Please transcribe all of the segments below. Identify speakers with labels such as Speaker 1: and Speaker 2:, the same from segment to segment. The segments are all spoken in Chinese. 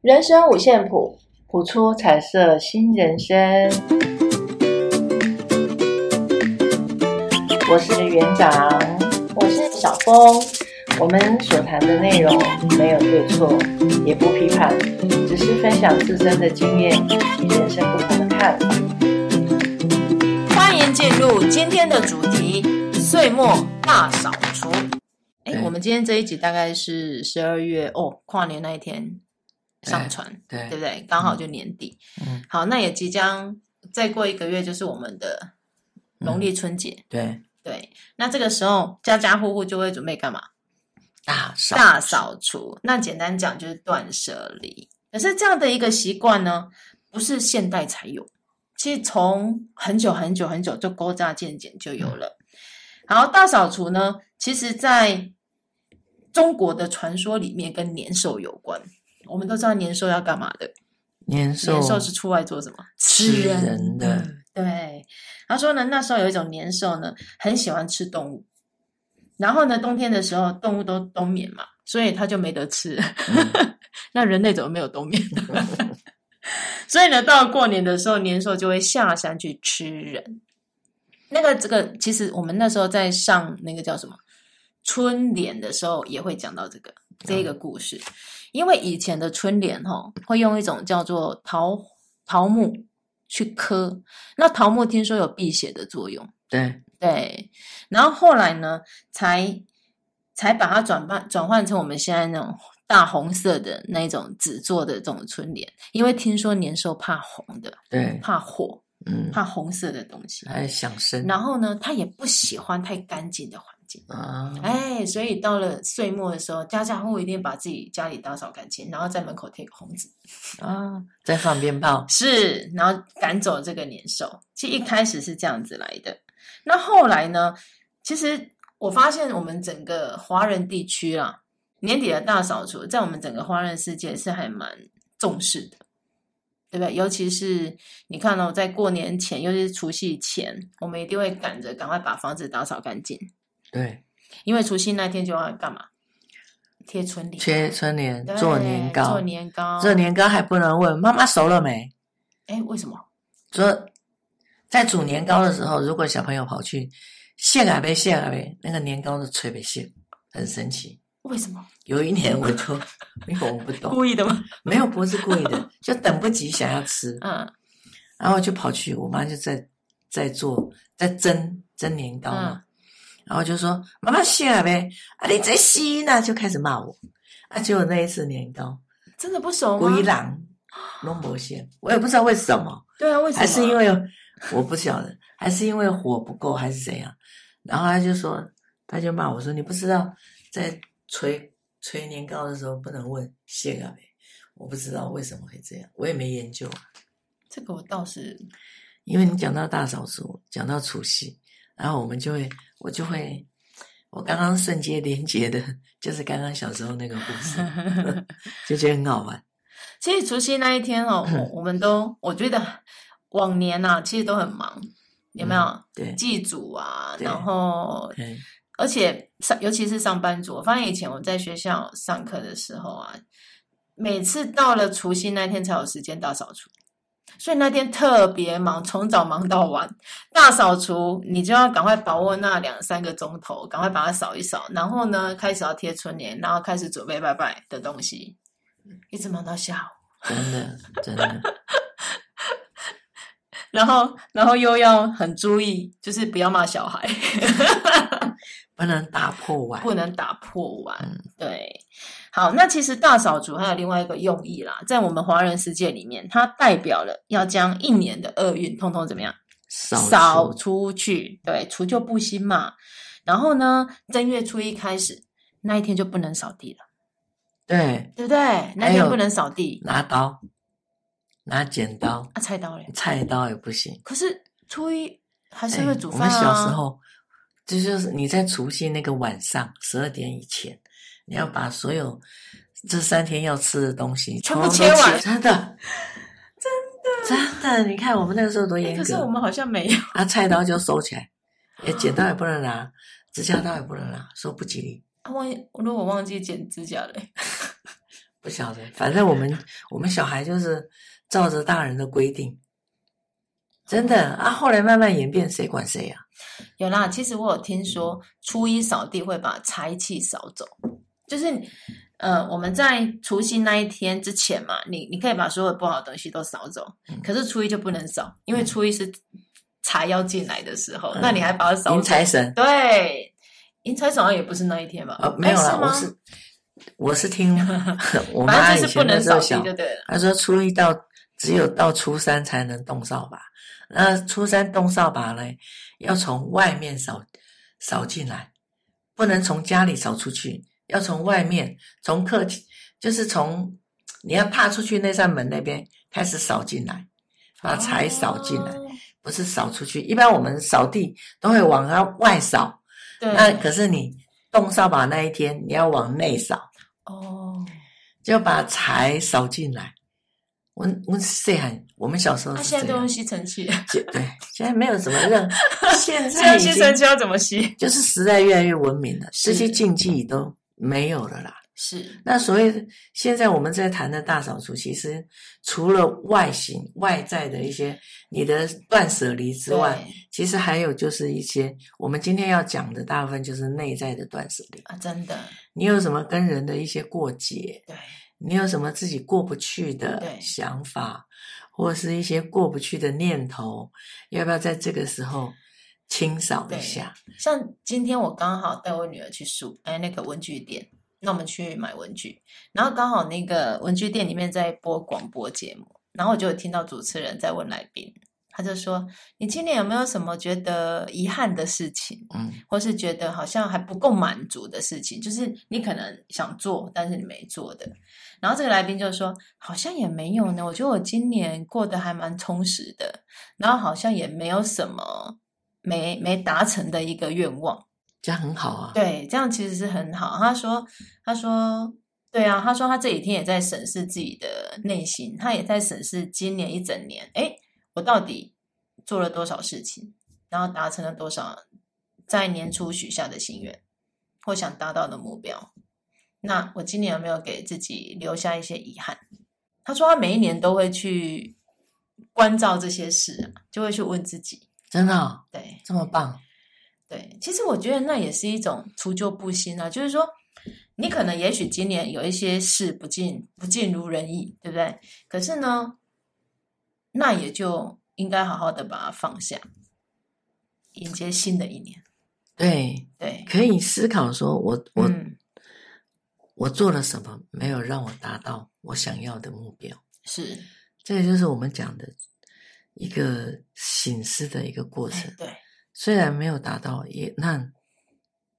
Speaker 1: 人生五线谱，谱出彩色新人生。我是园长，我是小峰。我们所谈的内容没有对错，也不批判，只是分享自身的经验与人生不同的看法。
Speaker 2: 欢迎进入今天的主题：岁末大扫除。哎，
Speaker 3: 对
Speaker 2: 我们今天这一集大概是十二月哦，跨年那一天上传，
Speaker 3: 对
Speaker 2: 不对？刚好就年底。
Speaker 3: 嗯，
Speaker 2: 好，那也即将再过一个月就是我们的农历春节。
Speaker 3: 对，
Speaker 2: 对，那这个时候家家户户就会准备干嘛？
Speaker 3: 大扫
Speaker 2: 大扫除。那简单讲就是断舍离。可是这样的一个习惯呢，不是现代才有，其实从很久很久很久就勾扎渐减就有了。然后大扫除呢，其实在中国的传说里面跟年兽有关。我们都知道年兽要干嘛的，
Speaker 3: 年兽，
Speaker 2: 年兽是出来做什么？
Speaker 3: 吃人的
Speaker 2: 嗯对，他说呢，那时候有一种年兽呢，很喜欢吃动物，然后呢，冬天的时候动物都冬眠嘛，所以它就没得吃。那人类怎么没有冬眠？ 所以呢，到了过年的时候，年兽就会下山去吃人。那个这个，其实我们那时候在上那个叫什么春联的时候，也会讲到这个这个故事。因为以前的春联哈、会用一种叫做桃桃木去刻，那桃木听说有辟邪的作用，
Speaker 3: 对，
Speaker 2: 对。然后后来呢，才才把它转换转换成我们现在那种大红色的那种纸做的这种春联，因为听说年兽怕红的，
Speaker 3: 对，
Speaker 2: 怕火，
Speaker 3: 嗯，
Speaker 2: 怕红色的东西。
Speaker 3: 还想生
Speaker 2: 然后呢，他也不喜欢太干净的环境。
Speaker 3: 啊，
Speaker 2: 哎，所以到了岁末的时候，家家户户一定把自己家里打扫干净，然后在门口贴个红纸，
Speaker 3: 啊，在放鞭 炮，
Speaker 2: 是，然后赶走这个年兽。其实一开始是这样子来的，那后来呢？其实我发现我们整个华人地区啊，年底的大扫除，在我们整个华人世界是还蛮重视的，对不对？尤其是你看哦，在过年前，尤其是除夕前，我们一定会赶着赶快把房子打扫干净。
Speaker 3: 对，
Speaker 2: 因为除夕那天就要干嘛？贴春联，
Speaker 3: 切春联，
Speaker 2: 对
Speaker 3: 做年糕
Speaker 2: 做，年糕，
Speaker 3: 做年糕还不能问妈妈熟了没？
Speaker 2: 哎，为什么？
Speaker 3: 做在煮年糕的时候，如果小朋友跑去谢啊呗谢啊呗，那个年糕是吹被谢，很神奇。
Speaker 2: 为什么？
Speaker 3: 有一年我就， 因为我不懂，
Speaker 2: 故意的吗？
Speaker 3: 没有不是故意的，就等不及想要吃，
Speaker 2: 嗯
Speaker 3: 然后我就跑去，我妈就在在做在蒸蒸年糕嘛，
Speaker 2: 嗯
Speaker 3: 然后就说妈妈洗了呗，啊你在洗呢，就开始骂我，啊结果那一次年糕，
Speaker 2: 真的不熟吗？
Speaker 3: 鬼狼龙伯蟹，我也不知道为什么，
Speaker 2: 对啊，为什么？
Speaker 3: 还是因为我不晓得，还是因为火不够还是怎样，然后他就说他就骂我说你不知道在捶捶年糕的时候不能问谢了呗，我不知道为什么会这样，我也没研究。
Speaker 2: 这个我倒是
Speaker 3: 因为你讲到大扫除，讲到除夕，然后我们就会，我就会，我刚刚瞬间连接的，就是刚刚小时候那个故事， 就觉得很好玩。
Speaker 2: 其实除夕那一天哦，
Speaker 3: 嗯
Speaker 2: 我我们都我觉得往年呐、其实都很忙，有没有？
Speaker 3: 对，
Speaker 2: 祭祖啊，
Speaker 3: 嗯对
Speaker 2: 然后
Speaker 3: 嗯，
Speaker 2: 而且上尤其是上班族，我发现以前我在学校上课的时候啊，每次到了除夕那天才有时间大扫除，所以那天特别忙，从早忙到晚。大扫除你就要赶快把握那两三个钟头，赶快把它扫一扫，然后呢开始要贴春联，然后开始准备拜拜的东西，一直忙到下午。
Speaker 3: 真的，真的，
Speaker 2: 然后，然后又要很注意，就是不要骂小孩，
Speaker 3: 不能打破碗。
Speaker 2: 不能打破碗。
Speaker 3: 嗯
Speaker 2: 对，好，那其实大扫除还有另外一个用意啦，在我们华人世界里面，它代表了要将一年的厄运通通怎么样
Speaker 3: 扫
Speaker 2: 扫出
Speaker 3: 除
Speaker 2: 去，对，除旧布新嘛。然后呢，正月初一开始那一天就不能扫地了，
Speaker 3: 对，
Speaker 2: 对不对？那
Speaker 3: 还
Speaker 2: 天
Speaker 3: 有
Speaker 2: 不能扫地，
Speaker 3: 拿刀，拿剪刀，
Speaker 2: 啊，菜刀嘞。
Speaker 3: 菜刀也不行。
Speaker 2: 可是初一还是
Speaker 3: 哎
Speaker 2: 会煮
Speaker 3: 我
Speaker 2: 饭
Speaker 3: 们
Speaker 2: 啊。
Speaker 3: 小时候，这就是你在除夕那个晚上十二点以前，你要把所有这三天要吃的东西
Speaker 2: 全部
Speaker 3: 通通
Speaker 2: 切
Speaker 3: 都
Speaker 2: 完
Speaker 3: 真 的，真的，真的。你看我们那个时候多
Speaker 2: 哎
Speaker 3: 严
Speaker 2: 可是我
Speaker 3: 格，
Speaker 2: 们好像没有。
Speaker 3: 拿菜刀就收起来，也剪刀也不能拿，指甲刀也不能拿，说不吉利。
Speaker 2: 啊，万一如果忘记剪指甲嘞？
Speaker 3: 不晓得，反正我们我们小孩就是照着大人的规定，真的啊。后来慢慢演变，谁管谁呀、啊
Speaker 2: 有啦，
Speaker 3: 嗯
Speaker 2: 其实我有听说初一扫地会把财气扫走，就是呃我们在除夕那一天之前嘛，你你可以把所有不好的东西都扫走
Speaker 3: 嗯，
Speaker 2: 可是初一就不能扫，因为初一是财要进来的时候，
Speaker 3: 嗯
Speaker 2: 那你还把它扫走？
Speaker 3: 迎财神
Speaker 2: 对，迎财扫好像也不是那一天吧？
Speaker 3: 啊，没有
Speaker 2: 哎
Speaker 3: 啦，
Speaker 2: 是
Speaker 3: 我
Speaker 2: 吗
Speaker 3: 是我是 听我妈
Speaker 2: 反正
Speaker 3: 以
Speaker 2: 就是不
Speaker 3: 前
Speaker 2: 能
Speaker 3: 的时
Speaker 2: 扫
Speaker 3: 候
Speaker 2: 地
Speaker 3: 小
Speaker 2: 就对了。
Speaker 3: 他说初一到只有到初三才能动扫把，那初三动扫把呢，要从外面扫扫进来，不能从家里扫出去，要从外面从客厅，就是从你要踏出去那扇门那边开始扫进来，把财扫进来，
Speaker 2: 哦
Speaker 3: 不是扫出去。一般我们扫地都会往它外扫，
Speaker 2: 对，
Speaker 3: 那可是你动扫把那一天，你要往内扫。
Speaker 2: 哦，
Speaker 3: 就把财扫进来。我我细汉，我们小时候
Speaker 2: 那、
Speaker 3: 是这
Speaker 2: 啊现在都
Speaker 3: 样
Speaker 2: 用，吸尘 器，
Speaker 3: 现对，现在没有什么 任，
Speaker 2: 现
Speaker 3: 现
Speaker 2: 在
Speaker 3: 在已
Speaker 2: 吸
Speaker 3: 经
Speaker 2: 尘器要怎么吸？
Speaker 3: 就是时代越来越文明了，这
Speaker 2: 是
Speaker 3: 些禁忌都没有了啦。
Speaker 2: 是，
Speaker 3: 那所谓现在我们在谈的大扫除，其实除了外形、外在的一些你的断舍离之外，
Speaker 2: 对
Speaker 3: 其实还有就是一些我们今天要讲的大部分就是内在的断舍离。
Speaker 2: 啊，真的，
Speaker 3: 你有什
Speaker 2: 嗯
Speaker 3: 么跟人的一些过节，
Speaker 2: 对，
Speaker 3: 你有什么自己过不去的
Speaker 2: 对
Speaker 3: 想法，或是一些过不去的念头，要不要在这个时候清扫一下？
Speaker 2: 像今天我刚好带我女儿去书，哎，那个文具店，那我们去买文具，然后刚好那个文具店里面在播广播节目，然后我就有听到主持人在问来宾，他就说：“你今年有没有什么觉得遗憾的事情，
Speaker 3: 嗯，
Speaker 2: 或是觉得好像还不够满足的事情？就是你可能想做，但是你没做的。”然后这个来宾就说：“好像也没有呢，我觉得我今年过得还蛮充实的，然后好像也没有什么。”没没达成的一个愿望，
Speaker 3: 这样很好啊。
Speaker 2: 对，这样其实是很好。他说，他说，对啊，他说他这几天也在审视自己的内心，他也在审视今年一整年，诶，我到底做了多少事情，然后达成了多少在年初许下的心愿或想达到的目标。那我今年有没有给自己留下一些遗憾？他说他每一年都会去关照这些事、啊，就会去问自己，
Speaker 3: 真的哦、
Speaker 2: 对，
Speaker 3: 这么棒。
Speaker 2: 对，其实我觉得那也是一种除旧布新啊，就是说，你可能也许今年有一些事不尽不尽如人意，对不对？可是呢，那也就应该好好的把它放下，迎接新的一年。
Speaker 3: 对，
Speaker 2: 对，
Speaker 3: 可以思考说我我、
Speaker 2: 嗯，
Speaker 3: 我做了什么没有让我达到我想要的目标？
Speaker 2: 是，
Speaker 3: 这也就是我们讲的一个醒思的一个过程
Speaker 2: 哎。对，
Speaker 3: 虽然没有达到，也那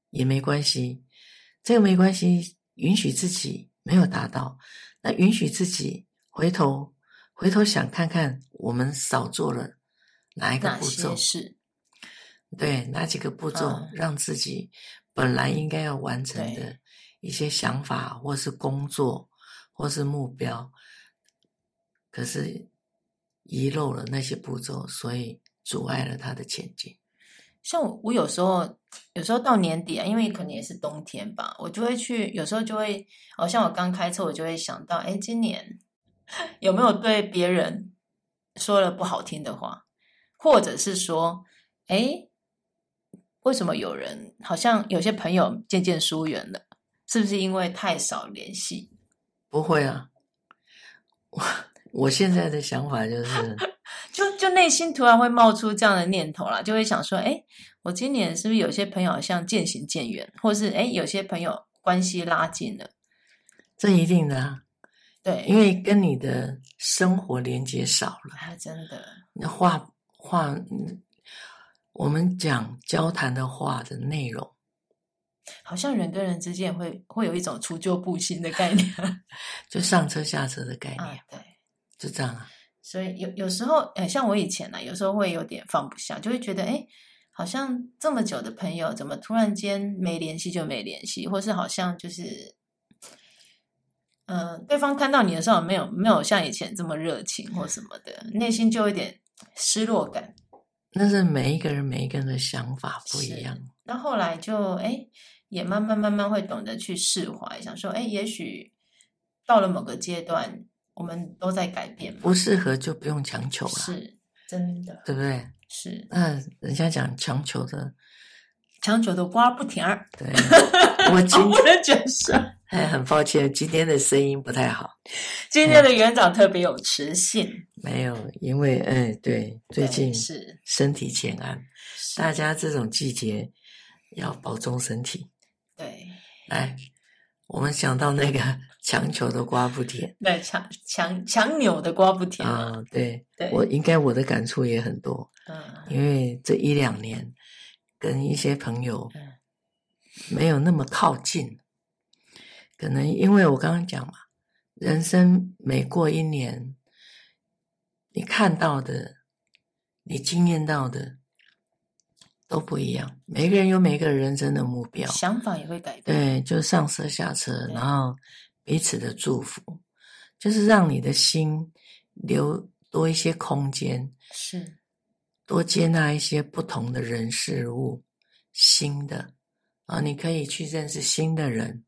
Speaker 3: 也没关系，这个没关系，允许自己没有达到，那允许自己回头回头想看看我们少做了哪一个
Speaker 2: 那
Speaker 3: 步
Speaker 2: 些，
Speaker 3: 骤
Speaker 2: 事，
Speaker 3: 对，哪几个步骤、
Speaker 2: 嗯
Speaker 3: 让自己本来应该要完成的
Speaker 2: 对
Speaker 3: 一些想法，或是工作，或是目标，可是遗漏了那些步骤，所以阻碍了他的前进。
Speaker 2: 像我，我有时候有时候到年底啊，因为可能也是冬天吧，我就会去，有时候就会，哦，像我刚开车，我就会想到，哎，今年 有没有对别人说了不好听的话，或者是说，哎，为什么有人好像有些朋友渐渐疏远了？是不是因为太少联系？
Speaker 3: 不会啊，我我现在的想法就是，
Speaker 2: 就就内心突然会冒出这样的念头啦，就会想说，哎，我今年是不是有些朋友好像渐行渐远，或是哎，有些朋友关系拉近了。
Speaker 3: 这一定的、啊，
Speaker 2: 对，
Speaker 3: 因为跟你的生活连接少了，
Speaker 2: 啊，真的，
Speaker 3: 那话话，嗯我们讲交谈的话的内容，
Speaker 2: 好像人跟人之间也会会有一种除旧布新的概念
Speaker 3: 就上车下车的概念，
Speaker 2: 啊，对。
Speaker 3: 就这样啊。
Speaker 2: 所以有有时候，呃，像我以前呢、有时候会有点放不下，就会觉得，哎，好像这么久的朋友，怎么突然间没联系就没联系，或是好像就是，嗯、对方看到你的时候，没有没有像以前这么热情或什么的，内心就有一点失落感。
Speaker 3: 那是每一个人每一个人的想法不一样，
Speaker 2: 那后来就哎，诶也慢慢慢慢会懂得去释怀，想说哎，诶也许到了某个阶段，我们都在改变嘛。
Speaker 3: 不适合就不用强求了，
Speaker 2: 是真的，
Speaker 3: 对不对？
Speaker 2: 是
Speaker 3: 那人家讲强求的，
Speaker 2: 强求的瓜不甜儿，
Speaker 3: 对 我今
Speaker 2: 不能卷舌。
Speaker 3: 哎很抱歉，今天的声音不太好，
Speaker 2: 今天的园长特别有磁性，
Speaker 3: 没有，因为哎对，嗯最
Speaker 2: 对
Speaker 3: 近
Speaker 2: 是
Speaker 3: 身体欠安，大家这种季节要保重身体。
Speaker 2: 对
Speaker 3: 来，我们想到那个 强求的瓜不甜
Speaker 2: 对强强强扭的瓜不甜嘛，
Speaker 3: 啊，对
Speaker 2: 对，
Speaker 3: 我应该我的感触也很多，
Speaker 2: 嗯
Speaker 3: 因为这一两年跟一些朋友
Speaker 2: 嗯
Speaker 3: 没有那么靠近，可能因为我刚刚讲嘛，人生每过一年，你看到的、你经验到的都不一样，每个人有每个人人生的目标，
Speaker 2: 想法也会改变，
Speaker 3: 对，就上车下车，
Speaker 2: 对
Speaker 3: 然后彼此的祝福，就是让你的心留多一些空间，
Speaker 2: 是
Speaker 3: 多接纳一些不同的人事物，新的啊，你可以去认识新的人，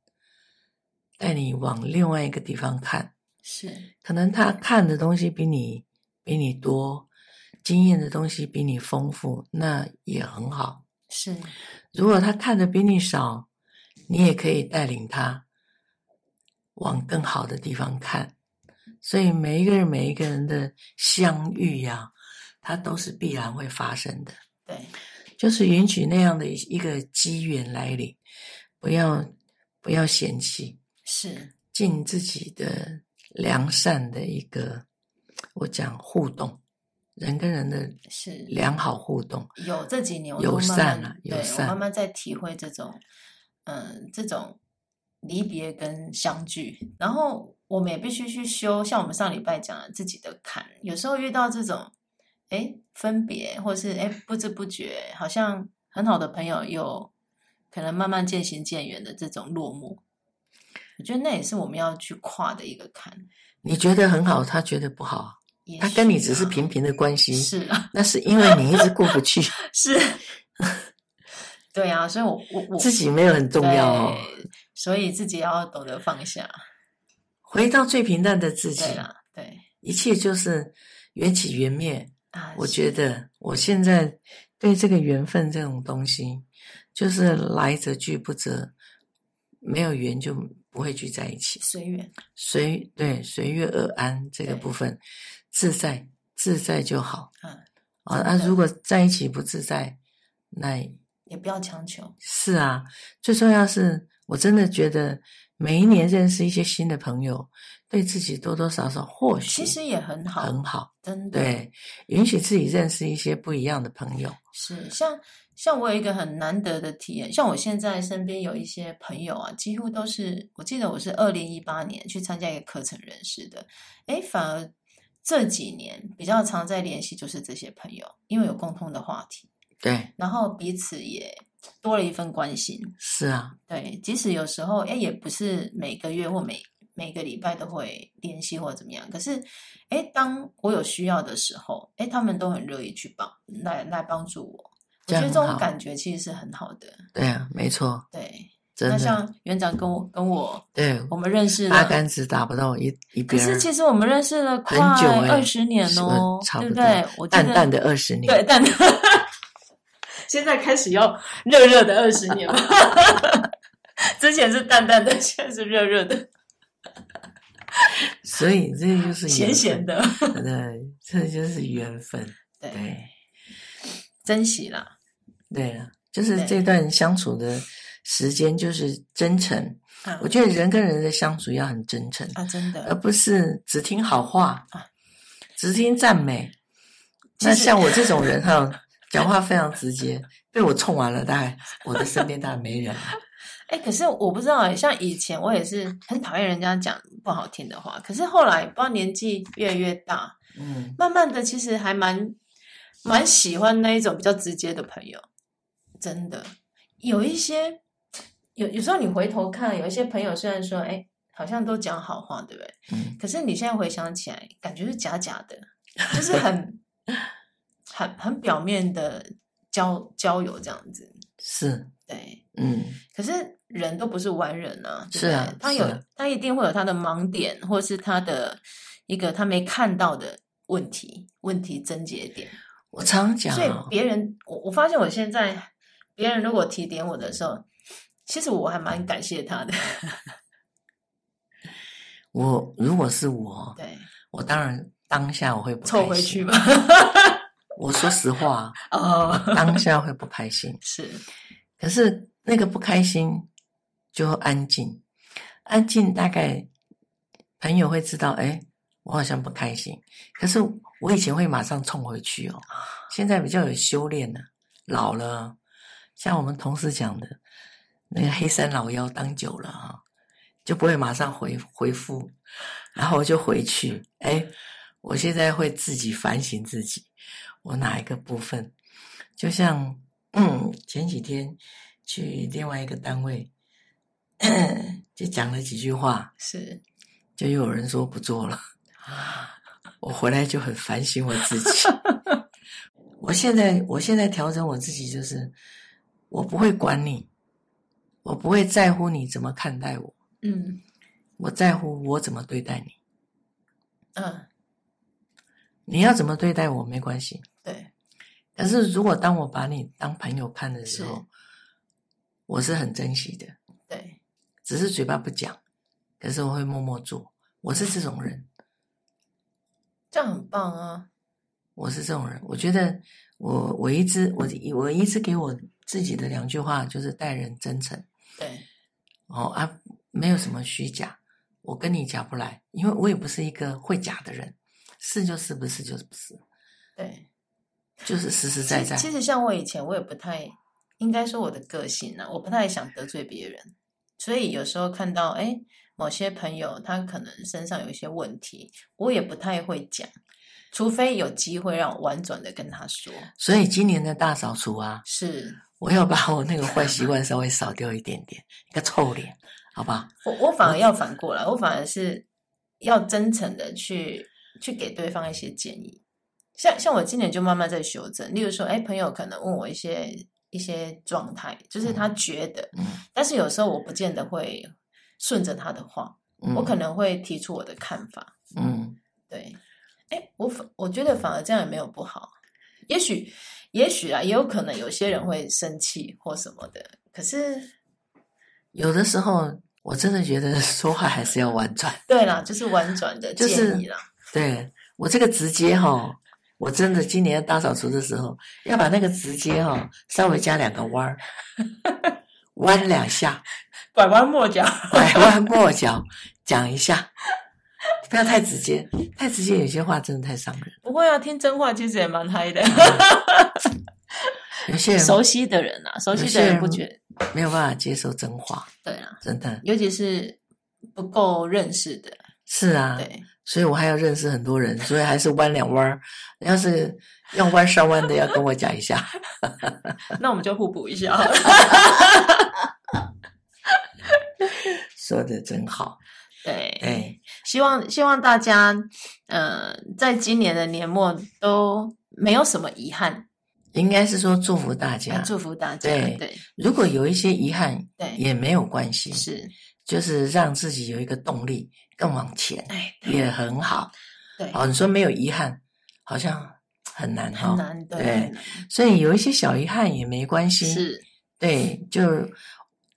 Speaker 3: 带你往另外一个地方看，
Speaker 2: 是
Speaker 3: 可能他看的东西比你比你多，经验的东西比你丰富，那也很好。
Speaker 2: 是
Speaker 3: 如果他看的比你少，你也可以带领他往更好的地方看。所以每一个人每一个人的相遇呀、它都是必然会发生的，
Speaker 2: 对
Speaker 3: 就是允许那样的一一个机缘来临，不要不要嫌弃，
Speaker 2: 是
Speaker 3: 尽自己的良善的一个，我讲互动，人跟人的
Speaker 2: 是
Speaker 3: 良好互动，
Speaker 2: 有这几年我
Speaker 3: 友
Speaker 2: 都慢
Speaker 3: 善
Speaker 2: 慢
Speaker 3: 啊友
Speaker 2: 对我
Speaker 3: 善
Speaker 2: 慢慢在体会这种，嗯，这种离别跟相聚，然后我们也必须去修，像我们上礼拜讲的自己的坎，有时候遇到这种，哎，分别或是哎不知不觉，好像很好的朋友又可能慢慢渐行渐远的这种落寞，我觉得那也是我们要去跨的一个坎。
Speaker 3: 你觉得很好，他觉得不好啊。
Speaker 2: 也
Speaker 3: 他跟你
Speaker 2: 许
Speaker 3: 只是
Speaker 2: 啊
Speaker 3: 平平的关 系，
Speaker 2: 是啊，
Speaker 3: 那是因为你一直过不 去，
Speaker 2: 是， 对啊，所以我我我
Speaker 3: 自己没有很重要哦。
Speaker 2: 对，所以自己要懂得放下。
Speaker 3: 回到最平淡的自己
Speaker 2: 对，啊啦，对
Speaker 3: 一切就是缘起缘灭。
Speaker 2: 啊，
Speaker 3: 我
Speaker 2: 是
Speaker 3: 觉得我现在对这个缘分这种东西，就是来者拒不择，没有缘就不会聚在一起。
Speaker 2: 随缘，
Speaker 3: 随对随遇而安这个
Speaker 2: 对
Speaker 3: 部分，自在自在就好
Speaker 2: 嗯，
Speaker 3: 啊
Speaker 2: 真
Speaker 3: 啊！
Speaker 2: 的
Speaker 3: 如果在一起不自在，那
Speaker 2: 也不要强求。
Speaker 3: 是啊，最重要是我真的觉得每一年认识一些新的朋友，对自己多多少少或许
Speaker 2: 其实也很好，
Speaker 3: 很好，
Speaker 2: 真的
Speaker 3: 对，允许自己认识一些不一样的朋友，
Speaker 2: 是像像我有一个很难得的体验，像我现在身边有一些朋友啊，几乎都是我记得我是二零一八年去参加一个课程认识的，诶，反而这几年比较常在联系就是这些朋友，因为有共通的话题，
Speaker 3: 对，
Speaker 2: 然后彼此也多了一份关心。
Speaker 3: 是啊，
Speaker 2: 对，即使有时候，哎，也不是每个月或每每个礼拜都会联系或怎么样。可是，哎，当我有需要的时候，哎，他们都很乐意去帮，来来帮助我。我
Speaker 3: 这
Speaker 2: 觉
Speaker 3: 样
Speaker 2: 得这
Speaker 3: 很
Speaker 2: 种
Speaker 3: 好
Speaker 2: 感觉其实是很好的。
Speaker 3: 对啊，没错，
Speaker 2: 对，那
Speaker 3: 真的，
Speaker 2: 像园长跟我跟我，
Speaker 3: 对，
Speaker 2: 我们认识
Speaker 3: 八
Speaker 2: 了，
Speaker 3: 竿子打不到一一
Speaker 2: 可
Speaker 3: 边儿，
Speaker 2: 是其实我们认识了快
Speaker 3: 很久欸
Speaker 2: 二十年
Speaker 3: 是
Speaker 2: 哦，
Speaker 3: 差
Speaker 2: 对不
Speaker 3: 不多
Speaker 2: 对？我记
Speaker 3: 淡
Speaker 2: 得
Speaker 3: 淡的二十年，
Speaker 2: 对，但现在开始要热热的二十年 了， 之前是淡淡的，现在是热热的、
Speaker 3: 所以这就是
Speaker 2: 咸咸
Speaker 3: 的，
Speaker 2: 的，
Speaker 3: 对，这就是缘分，
Speaker 2: 对，
Speaker 3: 对。
Speaker 2: 珍惜啦，
Speaker 3: 对了，就是
Speaker 2: 对
Speaker 3: 这段相处的时间，就是真诚。
Speaker 2: 啊
Speaker 3: 我觉得人跟人的相处要很真诚，
Speaker 2: 啊，真
Speaker 3: 而
Speaker 2: 的，
Speaker 3: 不是只听好话
Speaker 2: 啊，
Speaker 3: 只听赞美。
Speaker 2: 其
Speaker 3: 那
Speaker 2: 实
Speaker 3: 像我这种人哈，讲话非常直接，被我冲完了，大概我的身边大概没 人了。
Speaker 2: 哎、可是我不知道欸，像以前我也是很讨厌人家讲不好听的话，可是后来不知道年纪越来越大，
Speaker 3: 嗯，
Speaker 2: 慢慢的其实还蛮蛮喜欢那一种比较直接的朋友，真的有一些有有时候你回头看，有一些朋友虽然说哎、好像都讲好话，对不对？
Speaker 3: 嗯
Speaker 2: 可是你现在回想起来，感觉是假假 的，就是很很很表面的交交友这样子，
Speaker 3: 是，
Speaker 2: 对，
Speaker 3: 嗯，
Speaker 2: 可是人都不是完人啊，对不
Speaker 3: 是啊
Speaker 2: 对他
Speaker 3: 是
Speaker 2: 有
Speaker 3: 啊
Speaker 2: 他一定会有他的盲点，或是他的一个他没看到的问题，问题症结点。
Speaker 3: 我常讲、
Speaker 2: 所以
Speaker 3: 哦，
Speaker 2: 别人，我我发现我现在别人如果提点我的时候，其实我还蛮感谢他的。
Speaker 3: 我如果是我，
Speaker 2: 对，
Speaker 3: 我当然当下我会不
Speaker 2: 凑
Speaker 3: 开
Speaker 2: 回
Speaker 3: 心
Speaker 2: 去 吧。
Speaker 3: 我说实话，啊
Speaker 2: 哦，
Speaker 3: 当下会不开心，
Speaker 2: 是，
Speaker 3: 可是那个不开心就安静，安静大概朋友会知道，哎，我好像不开心。可是我以前会马上冲回去哦，现在比较有修炼了，老了，像我们同事讲的，那个黑山老妖当久了啊、就不会马上回回复，然后我就回去，哎，我现在会自己反省自己，我哪一个部分，就像嗯前几天去另外一个单位，就讲了几句话，
Speaker 2: 是
Speaker 3: 就又有人说不做了，我回来就很反省我自己。我现在我现在调整我自己，就是我不会管你，我不会在乎你怎么看待我，
Speaker 2: 嗯
Speaker 3: 我在乎我怎么对待你。
Speaker 2: 嗯，
Speaker 3: 你要怎么对待我没关系，
Speaker 2: 对，
Speaker 3: 但是如果当我把你当朋友看的时
Speaker 2: 是
Speaker 3: 候，我是很珍惜的，
Speaker 2: 对，
Speaker 3: 只是嘴巴不讲，可是我会默默做。我是这种人，
Speaker 2: 这样很棒啊！
Speaker 3: 我是这种人，我觉得我我一直我我一直给我自己的两句话就是待人真诚
Speaker 2: 对，
Speaker 3: 哦啊，没有什么虚假，我跟你假不来，因为我也不是一个会假的人，是就是不是就是不是，
Speaker 2: 对，
Speaker 3: 就是实实在在。
Speaker 2: 其实像我以前，我也不太，应该说我的个性呢、啊，我不太想得罪别人，所以有时候看到哎，某些朋友他可能身上有一些问题，我也不太会讲，除非有机会让我婉转的跟他说。
Speaker 3: 所以今年的大扫除啊，
Speaker 2: 是
Speaker 3: 我要把我那个坏习惯稍微少掉一点点，一个臭脸，好不好？
Speaker 2: 我，我
Speaker 3: 哦
Speaker 2: 反而要反过来，我反而是要真诚的去去给对方一些建议。像像我今年就慢慢在修正，例如说，哎，朋友可能问我一些一些状态，就是他觉得，
Speaker 3: 嗯
Speaker 2: 但是有时候我不见得会顺着他的话，
Speaker 3: 嗯，
Speaker 2: 我可能会提出我的看法。
Speaker 3: 嗯，
Speaker 2: 对，哎，我反我觉得反而这样也没有不好，也许也许啊，也有可能有些人会生气或什么的，可是
Speaker 3: 有的时候我真的觉得说话还是要婉转。
Speaker 2: 对啦，就是婉转的
Speaker 3: 就
Speaker 2: 建
Speaker 3: 是
Speaker 2: 议啦，
Speaker 3: 对我这个直接哈、我真的今年大扫除的时候，要把那个直接哈、稍微加两个弯儿，弯两下，
Speaker 2: 拐弯抹角。
Speaker 3: 拐弯抹角讲一下，不要太直接，太直接有些话真的太伤人。
Speaker 2: 不会啊，听真话其实也蛮嗨的。
Speaker 3: 有些 人
Speaker 2: 熟悉的人啊，熟悉的人不觉得
Speaker 3: 没有办法接受真话，
Speaker 2: 对啊，
Speaker 3: 真的
Speaker 2: 尤其是不够认识的，
Speaker 3: 是啊。
Speaker 2: 对
Speaker 3: 所以我还要认识很多人，所以还是弯两弯儿。要是要弯上弯的，要跟我讲一下。
Speaker 2: 那我们就互补一 下好了。
Speaker 3: 说的真好，
Speaker 2: 对，
Speaker 3: 哎，
Speaker 2: 希望希望大家，呃，在今年的年末都没有什么遗憾，
Speaker 3: 应该是说祝福大家。
Speaker 2: 祝福大家。
Speaker 3: 啊对
Speaker 2: 对
Speaker 3: 如果有一些遗憾，
Speaker 2: 对，
Speaker 3: 也没有关系，
Speaker 2: 是，
Speaker 3: 就是让自己有一个动力更往前，
Speaker 2: 哎，
Speaker 3: 也很好。
Speaker 2: 对，
Speaker 3: 哦，你说没有遗憾，好像很难哈、
Speaker 2: 很难，对，
Speaker 3: 对
Speaker 2: 很难
Speaker 3: 所以有一些小遗憾也没关系，
Speaker 2: 是，
Speaker 3: 对，就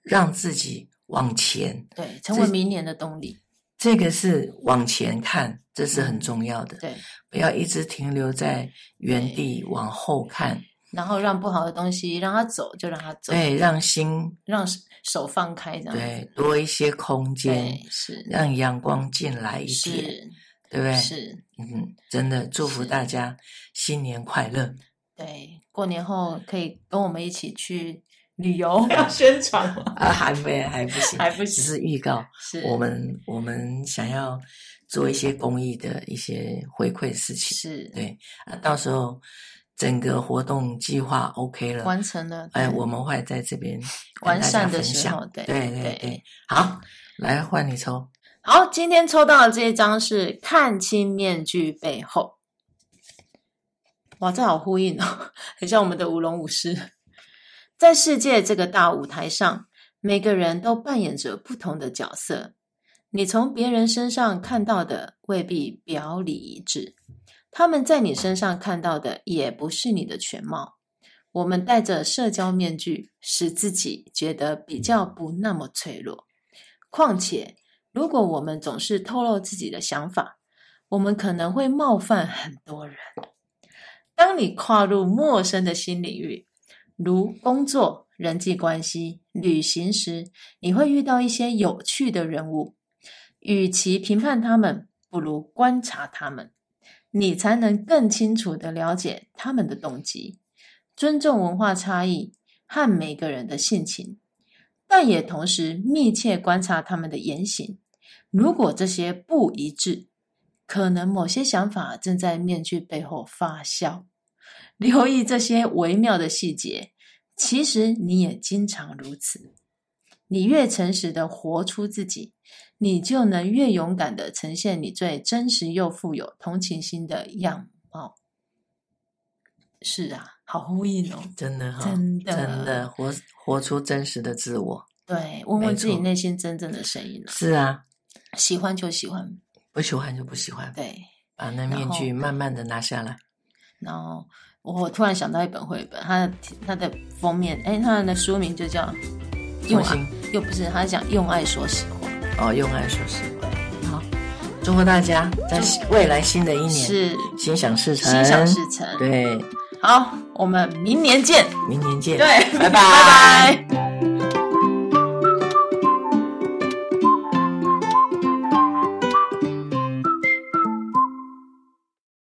Speaker 3: 让自己往前。
Speaker 2: 对，成为明年的动力，
Speaker 3: 这个是往前看，这是很重要的。
Speaker 2: 对，
Speaker 3: 不要一直停留在原地往后看，
Speaker 2: 然后让不好的东西让它走，就让它走，
Speaker 3: 对，让心
Speaker 2: 让手手放开，这样子
Speaker 3: 对多一些空间
Speaker 2: 对，，是
Speaker 3: 让阳光进来一点，
Speaker 2: 是
Speaker 3: 对不对？
Speaker 2: 是，
Speaker 3: 嗯，真的祝福
Speaker 2: 是
Speaker 3: 大家新年快乐。
Speaker 2: 对，过年后可以跟我们一起去旅游， 要宣传吗？
Speaker 3: 啊，还没还不行，
Speaker 2: 还不
Speaker 3: 只
Speaker 2: 行，
Speaker 3: 是预告。
Speaker 2: 是
Speaker 3: 我们我们想要做一些公益的一些回馈事情，
Speaker 2: 是
Speaker 3: 对啊，到时候整个活动计划 OK 了，
Speaker 2: 完成了，
Speaker 3: 哎，
Speaker 2: 对
Speaker 3: 我们会在这边跟
Speaker 2: 完
Speaker 3: 大家
Speaker 2: 善的
Speaker 3: 分
Speaker 2: 时
Speaker 3: 享
Speaker 2: 候，对
Speaker 3: 对对
Speaker 2: 对
Speaker 3: 对，好，来换你抽，
Speaker 2: 好，今天抽到的这一张是看清面具背后。哇，这好呼应哦，很像我们的舞龙舞狮。在世界这个大舞台上，每个人都扮演着不同的角色。你从别人身上看到的未必表里一致，他们在你身上看到的也不是你的全貌。我们戴着社交面具，使自己觉得比较不那么脆弱。况且，如果我们总是透露自己的想法，我们可能会冒犯很多人。当你跨入陌生的新领域，如工作、人际关系、旅行时，你会遇到一些有趣的人物。与其评判他们，不如观察他们，你才能更清楚的了解他们的动机。尊重文化差异和每个人的性情，但也同时密切观察他们的言行。如果这些不一致，可能某些想法正在面具背后发酵。留意这些微妙的细节，其实你也经常如此。你越诚实的活出自己，你就能越勇敢的呈现你最真实又富有同情心的样貌。是啊，好呼应哦。
Speaker 3: 真的哈、
Speaker 2: 真的
Speaker 3: 真的活活出真实的自我。
Speaker 2: 对，问问自己
Speaker 3: 没错
Speaker 2: 内心真正的声音了、
Speaker 3: 是啊，
Speaker 2: 喜欢就喜欢，
Speaker 3: 不喜欢就不喜欢，
Speaker 2: 对。
Speaker 3: 把那
Speaker 2: 然
Speaker 3: 面具
Speaker 2: 后
Speaker 3: 慢慢的拿下来。
Speaker 2: 然后我突然想到一本绘本，它的它的封面，哎，它的书名就叫“用
Speaker 3: 重
Speaker 2: 爱”，又不是，它讲“用爱说实话
Speaker 3: 哦，用爱说实话。好，祝福大家在未来新的一”，年
Speaker 2: 是
Speaker 3: 心想事成，
Speaker 2: 心想事成。
Speaker 3: 对，
Speaker 2: 好，我们明年见。
Speaker 3: 明年见。
Speaker 2: 对，
Speaker 3: 拜拜
Speaker 2: 拜拜。